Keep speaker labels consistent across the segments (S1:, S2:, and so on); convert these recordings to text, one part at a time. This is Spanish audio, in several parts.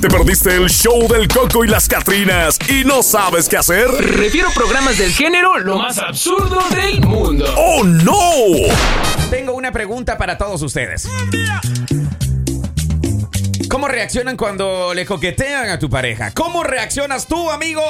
S1: ¿Te perdiste el show del Coco y las Catrinas y no sabes qué hacer?
S2: Refiero programas del género lo más absurdo del mundo.
S1: ¡Oh, no!
S3: Tengo una pregunta para todos ustedes. ¿Cómo reaccionan cuando le coquetean a tu pareja? ¿Cómo reaccionas tú, amigo?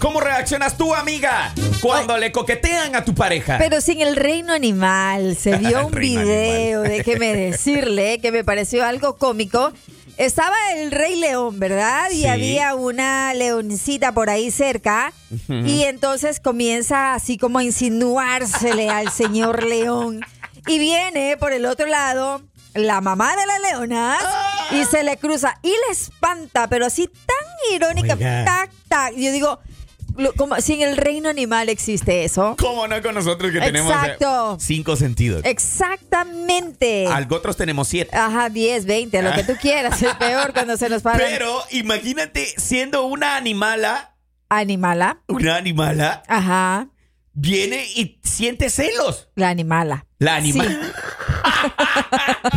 S3: ¿Cómo reaccionas tú, amiga? Cuando le coquetean a tu pareja.
S4: Pero sin el reino animal, se
S3: El
S4: vio un
S3: reino
S4: video,
S3: animal.
S4: déjeme decirle, que me pareció algo cómico. Estaba el rey león, ¿verdad? Y
S3: Sí.
S4: había una leoncita por ahí cerca. Y entonces comienza así como a insinuársele al señor león. Y viene por el otro lado la mamá de la leona y se le cruza y le espanta, pero así tan irónica.
S3: Oiga.
S4: Tac, tac. Yo digo, lo- como, si en el reino animal existe eso.
S3: ¿Cómo no con nosotros que tenemos eh,
S4: Exacto. Eh,
S3: cinco sentidos?
S4: Exactamente.
S3: Algo otros tenemos siete.
S4: Ajá, 10, 20, lo que tú quieras. Es peor cuando se nos paran.
S3: Pero imagínate siendo una animala,
S4: Animala.
S3: una animala,
S4: Ajá,
S3: viene y siente celos.
S4: la animala.
S3: La animala.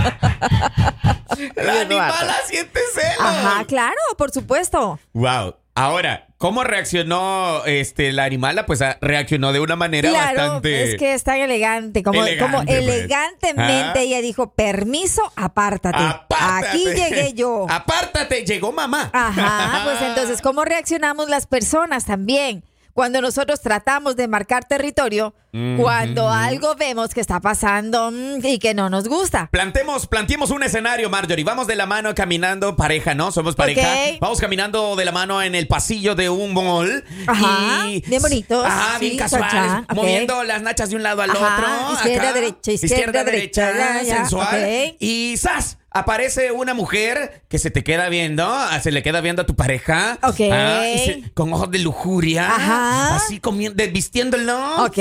S3: La
S4: Eduardo.
S3: animala siente celos.
S4: Ajá, claro, por supuesto.
S3: Wow. Ahora, ¿cómo reaccionó este la animala? Pues ah, reaccionó de una manera
S4: claro,
S3: bastante.
S4: es que es tan elegante. Como,
S3: Elegante,
S4: como
S3: pues.
S4: elegantemente
S3: Ajá.
S4: ella dijo, permiso, apártate.
S3: Apártate.
S4: Aquí llegué yo.
S3: Apártate, llegó mamá.
S4: Ajá, pues entonces, ¿cómo reaccionamos las personas también? Cuando nosotros tratamos de marcar territorio, cuando algo vemos que está pasando mm, y que no nos gusta.
S3: Plantemos, planteemos un escenario, Marjorie. Vamos de la mano caminando pareja, ¿no? Somos pareja.
S4: Ok.
S3: Vamos caminando de la mano en el pasillo de un mall.
S4: Ajá, bien bonitos,
S3: Ajá,
S4: sí,
S3: bien casuales.
S4: cha-cha, ok.
S3: Moviendo las nachas de un lado al
S4: Ajá,
S3: otro.
S4: izquierda,
S3: acá.
S4: derecha, izquierda, derecha, ya, ya,
S3: sensual.
S4: ok.
S3: Y ¡zas! Aparece una mujer que se te queda viendo, ah, se le queda viendo a tu pareja.
S4: Ok.
S3: Ah, y se- con ojos de lujuria.
S4: Ajá.
S3: Así comiendo, vistiéndolo.
S4: Ok.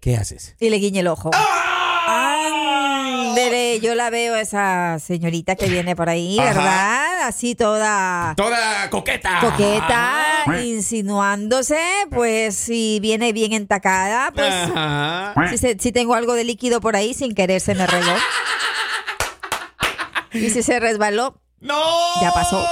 S3: ¿Qué haces?
S4: Y le guiñe el ojo. Ándele, yo la veo a esa señorita que viene por ahí,
S3: Ajá.
S4: ¿verdad? Así toda
S3: Toda coqueta.
S4: coqueta,
S3: Ajá.
S4: insinuándose, pues si viene bien entacada, pues
S3: Ah. Ajá.
S4: si, se- si tengo algo de líquido por ahí, sin querer se me regó. Y si se resbaló.
S3: ¡No!
S4: Ya pasó.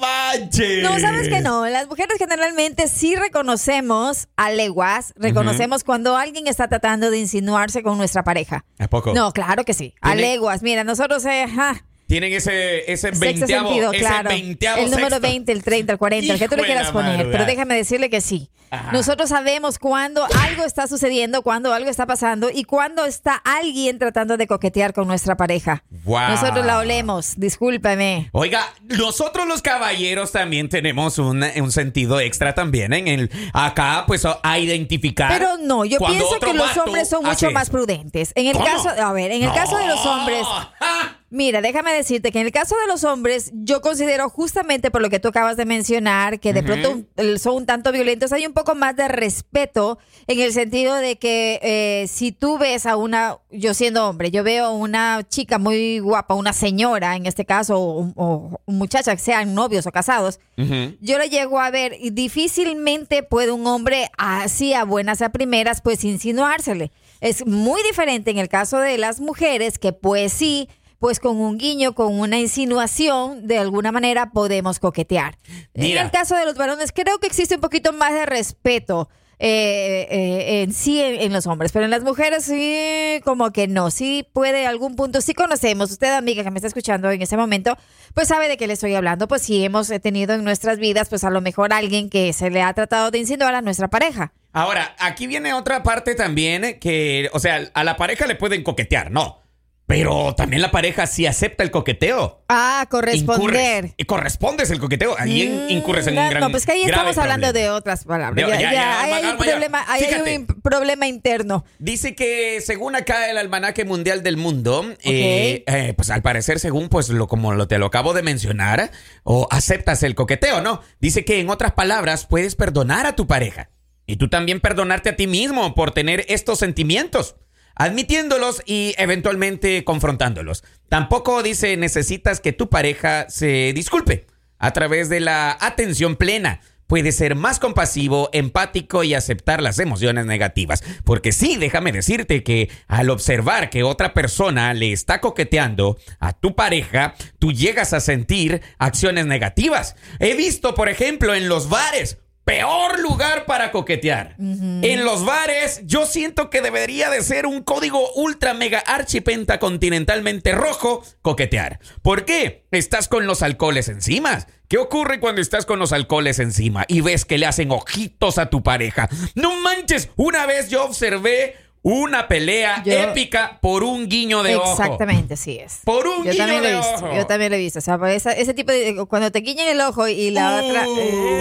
S3: ¡Manches!
S4: No, sabes que no. Las mujeres generalmente sí reconocemos a leguas, reconocemos cuando alguien está tratando de insinuarse con nuestra pareja.
S3: ¿A poco?
S4: No, claro que sí. A
S3: Tiene-
S4: leguas. Mira, nosotros, eh, ajá,
S3: Tienen ese, ese
S4: sexto
S3: veinteavo,
S4: sentido,
S3: ese
S4: claro.
S3: veinteavo
S4: el número
S3: sexto.
S4: 20, el 30, el 40, el que
S3: Hijo
S4: tú le
S3: de la
S4: quieras poner.
S3: madre.
S4: Pero déjame decirle que sí.
S3: Ajá.
S4: Nosotros sabemos cuando algo está sucediendo, cuando algo está pasando y cuando está alguien tratando de coquetear con nuestra pareja.
S3: Wow.
S4: Nosotros la olemos, discúlpame.
S3: Oiga, nosotros los caballeros también tenemos un, un sentido extra también en el acá pues a, a identificar.
S4: Pero no, yo
S3: cuando
S4: pienso
S3: otro
S4: que los
S3: vato
S4: hombres son
S3: hace
S4: mucho más
S3: eso.
S4: prudentes. En el
S3: ¿Cómo?
S4: caso, a ver, en el caso de los
S3: No.
S4: hombres,
S3: Ah,
S4: Mira, déjame decirte que en el caso de los hombres, yo considero justamente por lo que tú acabas de mencionar, que de pronto un- el- son un tanto violentos, hay un poco más de respeto en el sentido de que eh, si tú ves a una, yo siendo hombre, yo veo a una chica muy guapa, una señora en este caso, o, o muchacha, sean novios o casados, yo la llego a ver y difícilmente puede un hombre así a buenas a primeras pues insinuársele. Es muy diferente en el caso de las mujeres que pues sí, pues con un guiño, con una insinuación, de alguna manera podemos coquetear.
S3: Mira.
S4: En el caso de los varones creo que existe un poquito más de respeto. eh, eh, en sí en, en los hombres, pero en las mujeres sí, como que no, sí puede algún punto, sí conocemos, usted amiga que me está escuchando en ese momento, pues sabe de qué le estoy hablando, pues sí hemos eh, tenido en nuestras vidas, pues a lo mejor alguien que se le ha tratado de insinuar a nuestra pareja.
S3: Ahora, aquí viene otra parte también eh, que, o sea, a la pareja le pueden coquetear, ¿no? Pero también la pareja sí acepta el coqueteo.
S4: Ah, corresponder.
S3: Incurres. Y correspondes el coqueteo. Ahí en- incurres en
S4: Mm, No,
S3: un gran
S4: no, pues que ahí
S3: grave
S4: estamos hablando
S3: problema.
S4: de otras palabras.
S3: De-
S4: Ya,
S3: ya,
S4: ya,
S3: ya,
S4: ahí hay, un
S3: calma, ya.
S4: problema, ahí hay un
S3: Fíjate.
S4: im- problema interno.
S3: Dice que según acá el almanaque mundial del mundo, eh, eh, pues al parecer según pues lo como lo, te lo acabo de mencionar, o aceptas el coqueteo, ¿no? Dice que en otras palabras puedes perdonar a tu pareja y tú también perdonarte a ti mismo por tener estos sentimientos, admitiéndolos y eventualmente confrontándolos. Tampoco dice necesitas que tu pareja se disculpe a través de la atención plena. puede ser más compasivo, empático y aceptar las emociones negativas. Porque sí, déjame decirte que al observar que otra persona le está coqueteando a tu pareja, tú llegas a sentir acciones negativas. He visto, por ejemplo, en los bares. Peor lugar para coquetear. En los bares, yo siento que debería de ser un código ultra mega archipenta continentalmente rojo coquetear. ¿Por qué? Estás con los alcoholes encima. ¿Qué ocurre cuando estás con los alcoholes encima y ves que le hacen ojitos a tu pareja? No manches, una vez yo observé una pelea
S4: Yo-
S3: épica por un guiño de ojo.
S4: Exactamente, sí es.
S3: Por un
S4: yo
S3: guiño
S4: también lo
S3: de
S4: he visto,
S3: ojo.
S4: Yo también lo he visto. O sea, por esa- ese tipo de. Cuando te guiñan el ojo y la otra.
S3: Uh.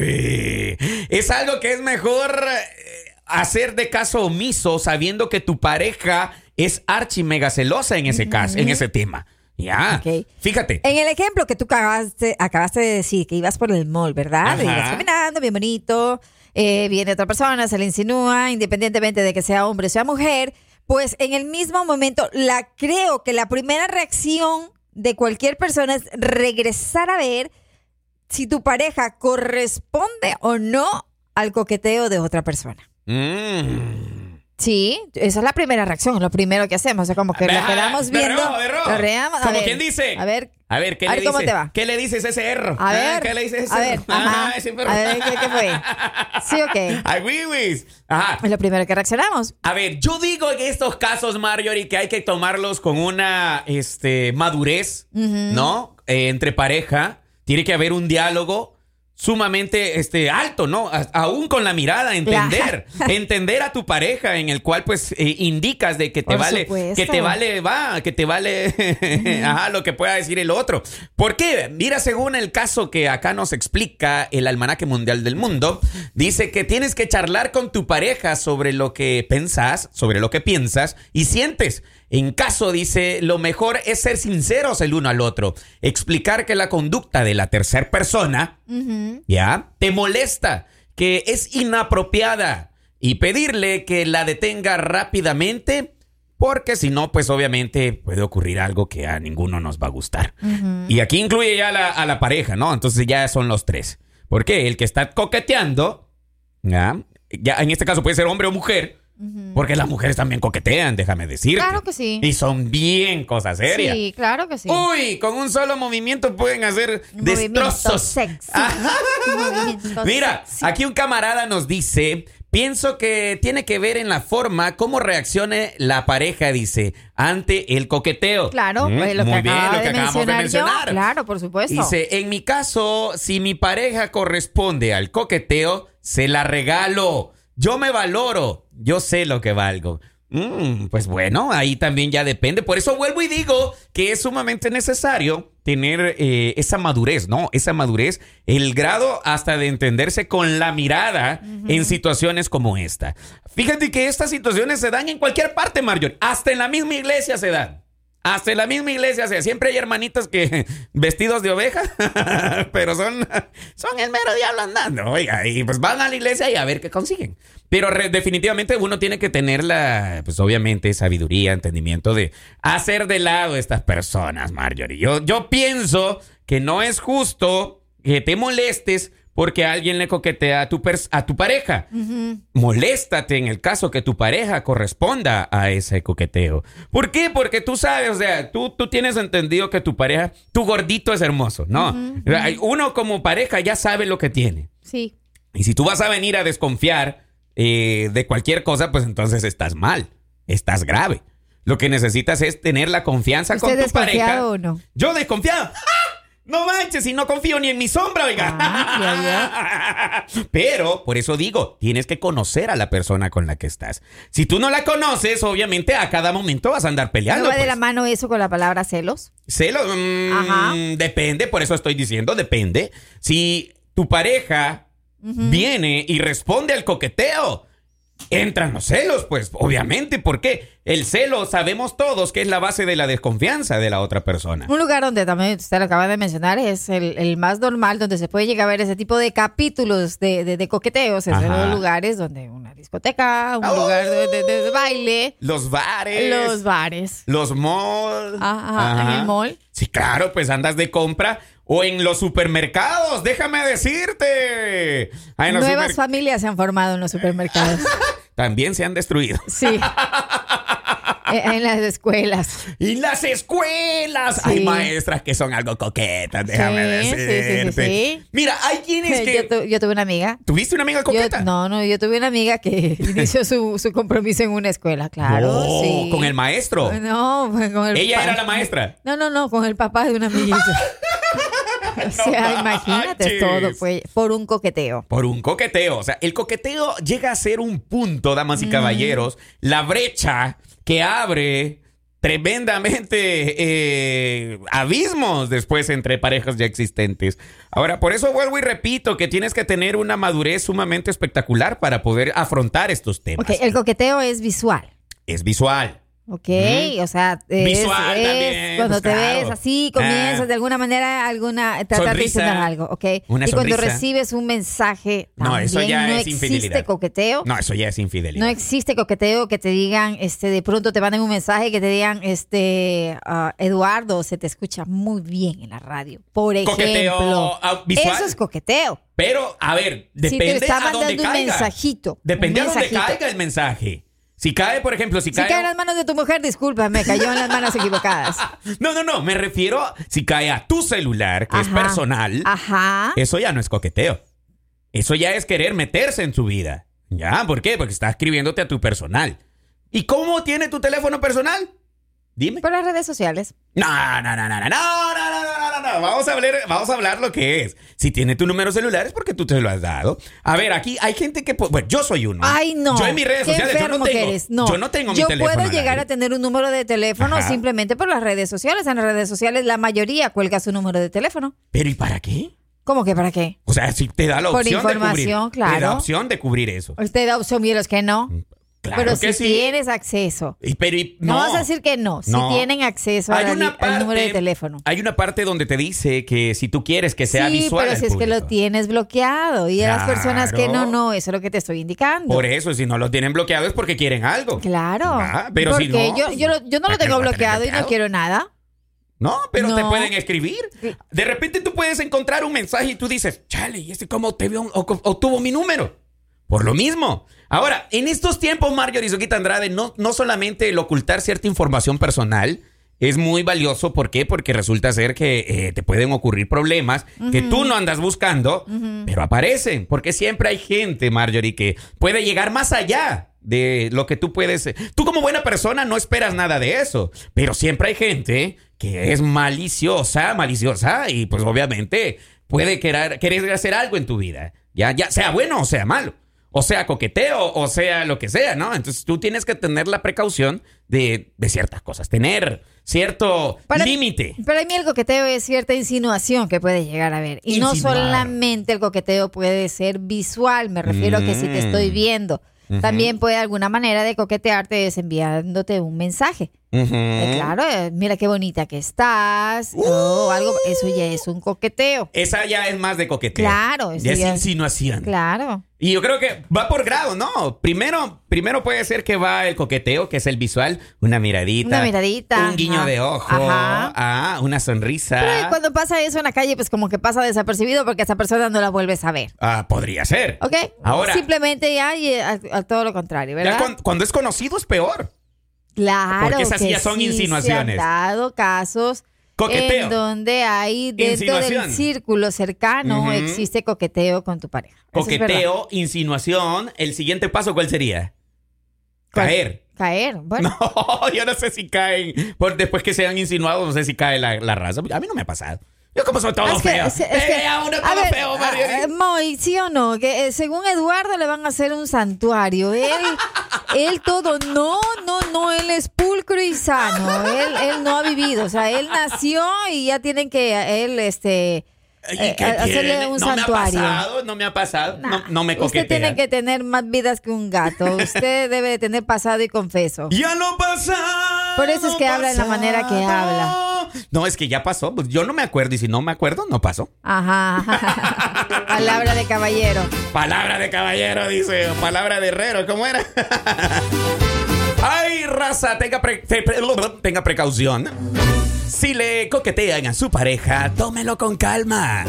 S4: eh,
S3: Uy, es algo que es mejor eh, hacer de caso omiso sabiendo que tu pareja es archi mega celosa en ese caso, en ese tema. Ya.
S4: Ok.
S3: Fíjate.
S4: En el ejemplo que tú acabaste, acabaste de decir, que ibas por el mall, ¿verdad?
S3: Ajá.
S4: Y ibas caminando, bien bonito, eh, viene otra persona, se le insinúa, independientemente de que sea hombre o sea mujer, pues en el mismo momento, la creo que la primera reacción de cualquier persona es regresar a ver si tu pareja corresponde o no al coqueteo de otra persona.
S3: Mm.
S4: Sí, esa es la primera reacción, es lo primero que hacemos, o sea, como que
S3: Ajá,
S4: nos quedamos
S3: de
S4: viendo.
S3: rojo, de rojo.
S4: nos reamos, a
S3: Como
S4: ver,
S3: quien dice.
S4: A ver,
S3: A ver, ¿qué
S4: A
S3: le
S4: ver, ¿cómo
S3: dices?
S4: te va?
S3: ¿Qué le dices a ese erro?
S4: A
S3: Ah,
S4: ver,
S3: ¿Qué le dices a ese
S4: a
S3: erro?
S4: ver,
S3: Ah,
S4: ajá,
S3: ese perro.
S4: a ver, ¿qué, qué fue? Sí, ok.
S3: Ay, wiwis. Ajá.
S4: Es lo primero que reaccionamos.
S3: A ver, yo digo en estos casos, Marjorie, que hay que tomarlos con una este, madurez, ¿no? Eh, entre pareja. Tiene que haber un diálogo sumamente este, alto, ¿no? A- aún con la mirada, entender. Entender a tu pareja, en el cual, pues, eh, indicas de que te
S4: Por
S3: vale.
S4: supuesto.
S3: Que te vale, va, que te vale. ajá, lo que pueda decir el otro. ¿Por qué? Mira, según el caso que acá nos explica el Almanaque Mundial del Mundo, dice que tienes que charlar con tu pareja sobre lo que pensás, sobre lo que piensas y sientes. En caso, dice, lo mejor es ser sinceros el uno al otro, explicar que la conducta de la tercera persona ¿ya? Te molesta, que es inapropiada y pedirle que la detenga rápidamente. Porque si no, pues obviamente puede ocurrir algo que a ninguno nos va a gustar. Y aquí incluye ya la- a la pareja, ¿no? Entonces ya son los tres. Porque el que está coqueteando, ¿ya? ya en este caso puede ser hombre o mujer, porque las mujeres también coquetean, déjame decirte.
S4: Claro que sí.
S3: Y son bien cosas serias.
S4: Sí, claro que sí.
S3: Uy, con un solo movimiento pueden hacer
S4: Movimiento
S3: destrozos.
S4: sexy.
S3: Ajá.
S4: Movimiento
S3: Mira,
S4: sexy.
S3: aquí un camarada nos dice, pienso que tiene que ver en la forma cómo reaccione la pareja, dice, ante el coqueteo.
S4: Claro,
S3: Mm,
S4: pues, lo que
S3: muy bien,
S4: acababa
S3: lo que
S4: de
S3: acabamos de
S4: mencionar yo.
S3: mencionar.
S4: Claro, por supuesto.
S3: Dice, en mi caso, si mi pareja corresponde al coqueteo, se la regalo. Yo me valoro, yo sé lo que valgo. Mm, pues bueno, ahí también ya depende. Por eso vuelvo y digo que es sumamente necesario tener eh, esa madurez, ¿no? Esa madurez, el grado hasta de entenderse con la mirada en situaciones como esta. Fíjate que estas situaciones se dan en cualquier parte, Marjorie. Hasta en la misma iglesia se dan. Hasta en la misma iglesia, o sea, siempre hay hermanitas que vestidos de oveja, pero son, son el mero diablo andando. Oiga, y pues van a la iglesia y a ver qué consiguen. Pero re- definitivamente uno tiene que tener la, pues obviamente, sabiduría, entendimiento de hacer de lado estas personas, Marjorie. Yo, yo pienso que no es justo que te molestes porque alguien le coquetea a tu, pers- a tu pareja. Moléstate en el caso que tu pareja corresponda a ese coqueteo. ¿Por qué? Porque tú sabes, o sea, tú, tú tienes entendido que tu pareja, tu gordito es hermoso, ¿no? O sea, Uno como pareja ya sabe lo que tiene.
S4: Sí.
S3: Y si tú vas a venir a desconfiar eh, de cualquier cosa, pues entonces estás mal, estás grave. Lo que necesitas es tener la confianza con
S4: ¿Usted
S3: tu pareja.
S4: desconfiado o no?
S3: Yo desconfiado. ¡Ah! No manches, si no confío ni en mi sombra, oiga.
S4: Ah,
S3: Pero por eso digo, tienes que conocer a la persona con la que estás. Si tú no la conoces, obviamente a cada momento vas a andar
S4: ¿No
S3: peleando.
S4: va de
S3: pues.
S4: la mano eso con la palabra celos?
S3: Celos, mm,
S4: Ajá.
S3: depende, por eso estoy diciendo, depende. Si tu pareja viene y responde al coqueteo, entran los celos, pues obviamente, porque el celo sabemos todos que es la base de la desconfianza de la otra persona.
S4: Un lugar donde también usted lo acaba de mencionar es el, el más normal, donde se puede llegar a ver ese tipo de capítulos de, de- de coqueteos. Es en
S3: Ajá.
S4: los lugares donde una discoteca, un
S3: Ah,
S4: lugar de, de- de baile,
S3: Los bares.
S4: los bares.
S3: Los malls.
S4: Ajá, en el mall.
S3: Sí, claro, pues andas de compra. o en los supermercados, déjame decirte. Ah, en los
S4: Nuevas
S3: supermer-
S4: familias se han formado en los supermercados.
S3: También se han destruido.
S4: Sí. En en las escuelas.
S3: Y las escuelas. Hay
S4: Sí.
S3: maestras que son algo coquetas, déjame
S4: Sí, sí, sí, sí,
S3: decirte.
S4: sí.
S3: Mira, hay quienes que.
S4: Yo, tu- yo tuve una amiga.
S3: ¿Tuviste una amiga
S4: Yo-
S3: coqueta?
S4: no, no, yo tuve una amiga que inició su, su compromiso en una escuela, claro.
S3: Oh,
S4: sí.
S3: Con el maestro.
S4: No, fue con el
S3: Ella
S4: pa-
S3: era la maestra.
S4: No, no, no, con el papá de una amiguita. o sea,
S3: manches.
S4: imagínate todo fue por un coqueteo.
S3: Por un coqueteo. O sea, el coqueteo llega a ser un punto, damas y caballeros. La brecha que abre tremendamente eh, abismos después entre parejas ya existentes. Ahora, por eso vuelvo y repito que tienes que tener una madurez sumamente espectacular para poder afrontar estos temas.
S4: Ok, el coqueteo es visual.
S3: Es visual.
S4: Ok, o sea, es,
S3: Visual
S4: es
S3: también,
S4: cuando
S3: pues,
S4: te
S3: claro.
S4: ves así, comienzas
S3: Ah.
S4: de alguna manera alguna tratar de
S3: Sonrisa,
S4: intentar algo, ¿ok?
S3: una
S4: y cuando
S3: sonrisa.
S4: recibes un mensaje,
S3: No, eso
S4: también
S3: ya
S4: no
S3: es
S4: existe
S3: infidelidad.
S4: coqueteo.
S3: No, eso ya es infidelidad.
S4: No existe coqueteo que te digan, este, de pronto te manden un mensaje que te digan, este, ah, Eduardo, se te escucha muy bien en la radio. Por ejemplo,
S3: Coqueteo, ah, visual.
S4: eso es coqueteo.
S3: Pero, a ver, depende
S4: si te está
S3: a dónde
S4: mandando un
S3: caiga.
S4: mensajito,
S3: Depende
S4: un
S3: a
S4: mensajito.
S3: dónde caiga el mensaje. Si cae, por ejemplo, si
S4: Si
S3: cae...
S4: cae en las manos de tu mujer, discúlpame, cayó en las manos equivocadas.
S3: No, no, no, me refiero si cae a tu celular, que es
S4: Ajá.
S3: personal,
S4: Ajá.
S3: eso ya no es coqueteo. Eso ya es querer meterse en su vida. ¿Ya? ¿Por qué? Porque está escribiéndote a tu personal. ¿Y cómo tiene tu teléfono personal? Dime.
S4: Por las redes sociales.
S3: No, no, no, no, no, no, no, no, no, no, no. Vamos a hablar, vamos a hablar lo que es. Si tiene tu número celular es porque tú te lo has dado. A ver, aquí hay gente que, po- bueno, yo soy uno.
S4: Ay, no.
S3: Ah. Yo en mis redes
S4: Qué
S3: sociales yo no
S4: enfermo
S3: tengo,
S4: que eres. No.
S3: yo no tengo mi
S4: Yo
S3: teléfono.
S4: puedo
S3: al
S4: llegar
S3: aire.
S4: a tener un número de teléfono
S3: Ajá.
S4: simplemente por las redes sociales. En las redes sociales la mayoría cuelga su número de teléfono.
S3: Pero ¿y para qué?
S4: ¿Cómo que para qué?
S3: O sea, si te da la
S4: Por
S3: opción de
S4: información,
S3: cubrir, te da
S4: claro.
S3: opción de cubrir eso.
S4: Usted da opción y los que no.
S3: Claro
S4: pero
S3: que
S4: si
S3: sí.
S4: tienes acceso.
S3: Y- pero y-
S4: No.
S3: no.
S4: vas a decir que no, si
S3: No.
S4: tienen acceso a la li- al número de teléfono.
S3: Hay una parte donde te dice que si tú quieres que sea
S4: sí,
S3: visual.
S4: pero
S3: al
S4: si es que lo
S3: público.
S4: tienes bloqueado y a las personas que no,
S3: Claro.
S4: no, eso es lo que te estoy indicando.
S3: Por eso, si no lo tienen bloqueado es porque quieren algo.
S4: Claro.
S3: Ah, pero si
S4: Porque
S3: no,
S4: yo, yo, lo- yo no
S3: ¿para
S4: lo
S3: qué
S4: tengo
S3: lo vas a tener
S4: bloqueado y no
S3: bloqueado?
S4: quiero nada.
S3: No, pero te
S4: No.
S3: pueden escribir. De repente tú puedes encontrar un mensaje y tú dices, chale, ¿y este cómo te vio o co- obtuvo mi número? Por lo mismo. Ahora, en estos tiempos, Mario Rizoquita Andrade, no, no solamente el ocultar cierta información personal es muy valioso. ¿Por qué? Porque resulta ser que eh, te pueden ocurrir problemas que tú no andas buscando, pero aparecen. Porque siempre hay gente, Marjorie, que puede llegar más allá de lo que tú puedes. eh, Tú como buena persona no esperas nada de eso, pero siempre hay gente que es maliciosa, maliciosa y pues obviamente puede querer, querer hacer algo en tu vida, ya, ya sea bueno o sea malo. O sea, coqueteo, o sea, lo que sea, ¿no? Entonces tú tienes que tener la precaución de, de ciertas cosas, tener cierto
S4: Para-
S3: límite.
S4: Para mí el coqueteo es cierta insinuación que puede llegar a ver. Y
S3: Insinuar.
S4: no solamente el coqueteo puede ser visual, me refiero a que si te
S3: Mm.
S4: estoy viendo. También puede alguna manera de coquetearte es enviándote un mensaje.
S3: Ujú.
S4: Eh, claro, eh, mira qué bonita que estás.
S3: Uh.
S4: o algo, eso ya es un coqueteo.
S3: Esa ya es más de coqueteo.
S4: Claro,
S3: ya
S4: eso
S3: es
S4: ya-
S3: insinuación.
S4: Claro.
S3: Y yo creo que va por grado, ¿no? Primero, primero puede ser que va el coqueteo, que es el visual, una miradita.
S4: Una miradita,
S3: Un guiño
S4: ajá.
S3: de ojo.
S4: Ajá.
S3: Ah, una sonrisa.
S4: Pero cuando pasa eso en la calle, pues como que pasa desapercibido porque esa persona no la vuelves a ver.
S3: Ah, podría ser.
S4: ¿Ok?
S3: Ahora,
S4: Simplemente ya y a, a todo lo contrario,
S3: ya
S4: ¿verdad?
S3: cuan- cuando es conocido es peor.
S4: Claro.
S3: Porque esas
S4: que
S3: ya son
S4: sí
S3: insinuaciones.
S4: Se han dado casos
S3: Coqueteo.
S4: en donde hay dentro
S3: Insinuación.
S4: del círculo cercano
S3: Ujú.
S4: existe coqueteo con tu pareja. Eso es verdad.
S3: Coqueteo, insinuación. ¿El siguiente paso cuál sería?
S4: ¿Cuál?
S3: Caer.
S4: Caer. Bueno,
S3: No, yo no sé si caen. Por después que sean insinuados, no sé si cae la, la raza. A mí no me ha pasado. Yo como soy todo
S4: es que-
S3: feo.
S4: es- es que-
S3: Eh, ya uno es
S4: a
S3: todo
S4: ver,
S3: feo,
S4: ah,
S3: Mario.
S4: eh, Moy, sí o no, que eh, según Eduardo le van a hacer un santuario. Él, él todo, no, no, no, él es pulcro y sano. Él, él no ha vivido, o sea, él nació y ya tienen que a él, este,
S3: ¿Y
S4: eh,
S3: qué
S4: a- hacerle
S3: tiene?
S4: un
S3: no
S4: santuario.
S3: me ha pasado, no me ha pasado. No, no me coquetea.
S4: Usted tiene que tener más vidas que un gato. Usted debe de tener pasado y confeso.
S3: Ya lo pasado.
S4: Por eso es que habla de la
S3: pasado.
S4: manera que habla.
S3: No, es que ya pasó. Pues yo no me acuerdo y si no me acuerdo, no pasó.
S4: Ajá. Palabra de caballero.
S3: Palabra de caballero, dice. o Palabra de herrero, ¿cómo era? Ay, raza, tenga, pre- te- pre- tenga precaución. Si le coquetean a su pareja, tómelo con calma.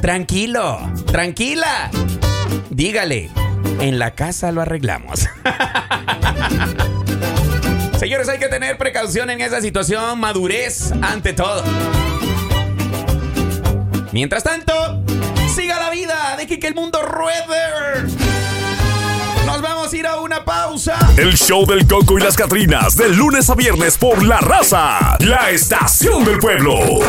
S3: Tranquilo, tranquila. Dígale, en la casa lo arreglamos. Señores, hay que tener precaución en esa situación, madurez ante todo. Mientras tanto, siga la vida, deje que el mundo ruede. Nos vamos a ir a una pausa.
S1: El show del Coco y las Catrinas, de lunes a viernes por La Raza, la estación del pueblo.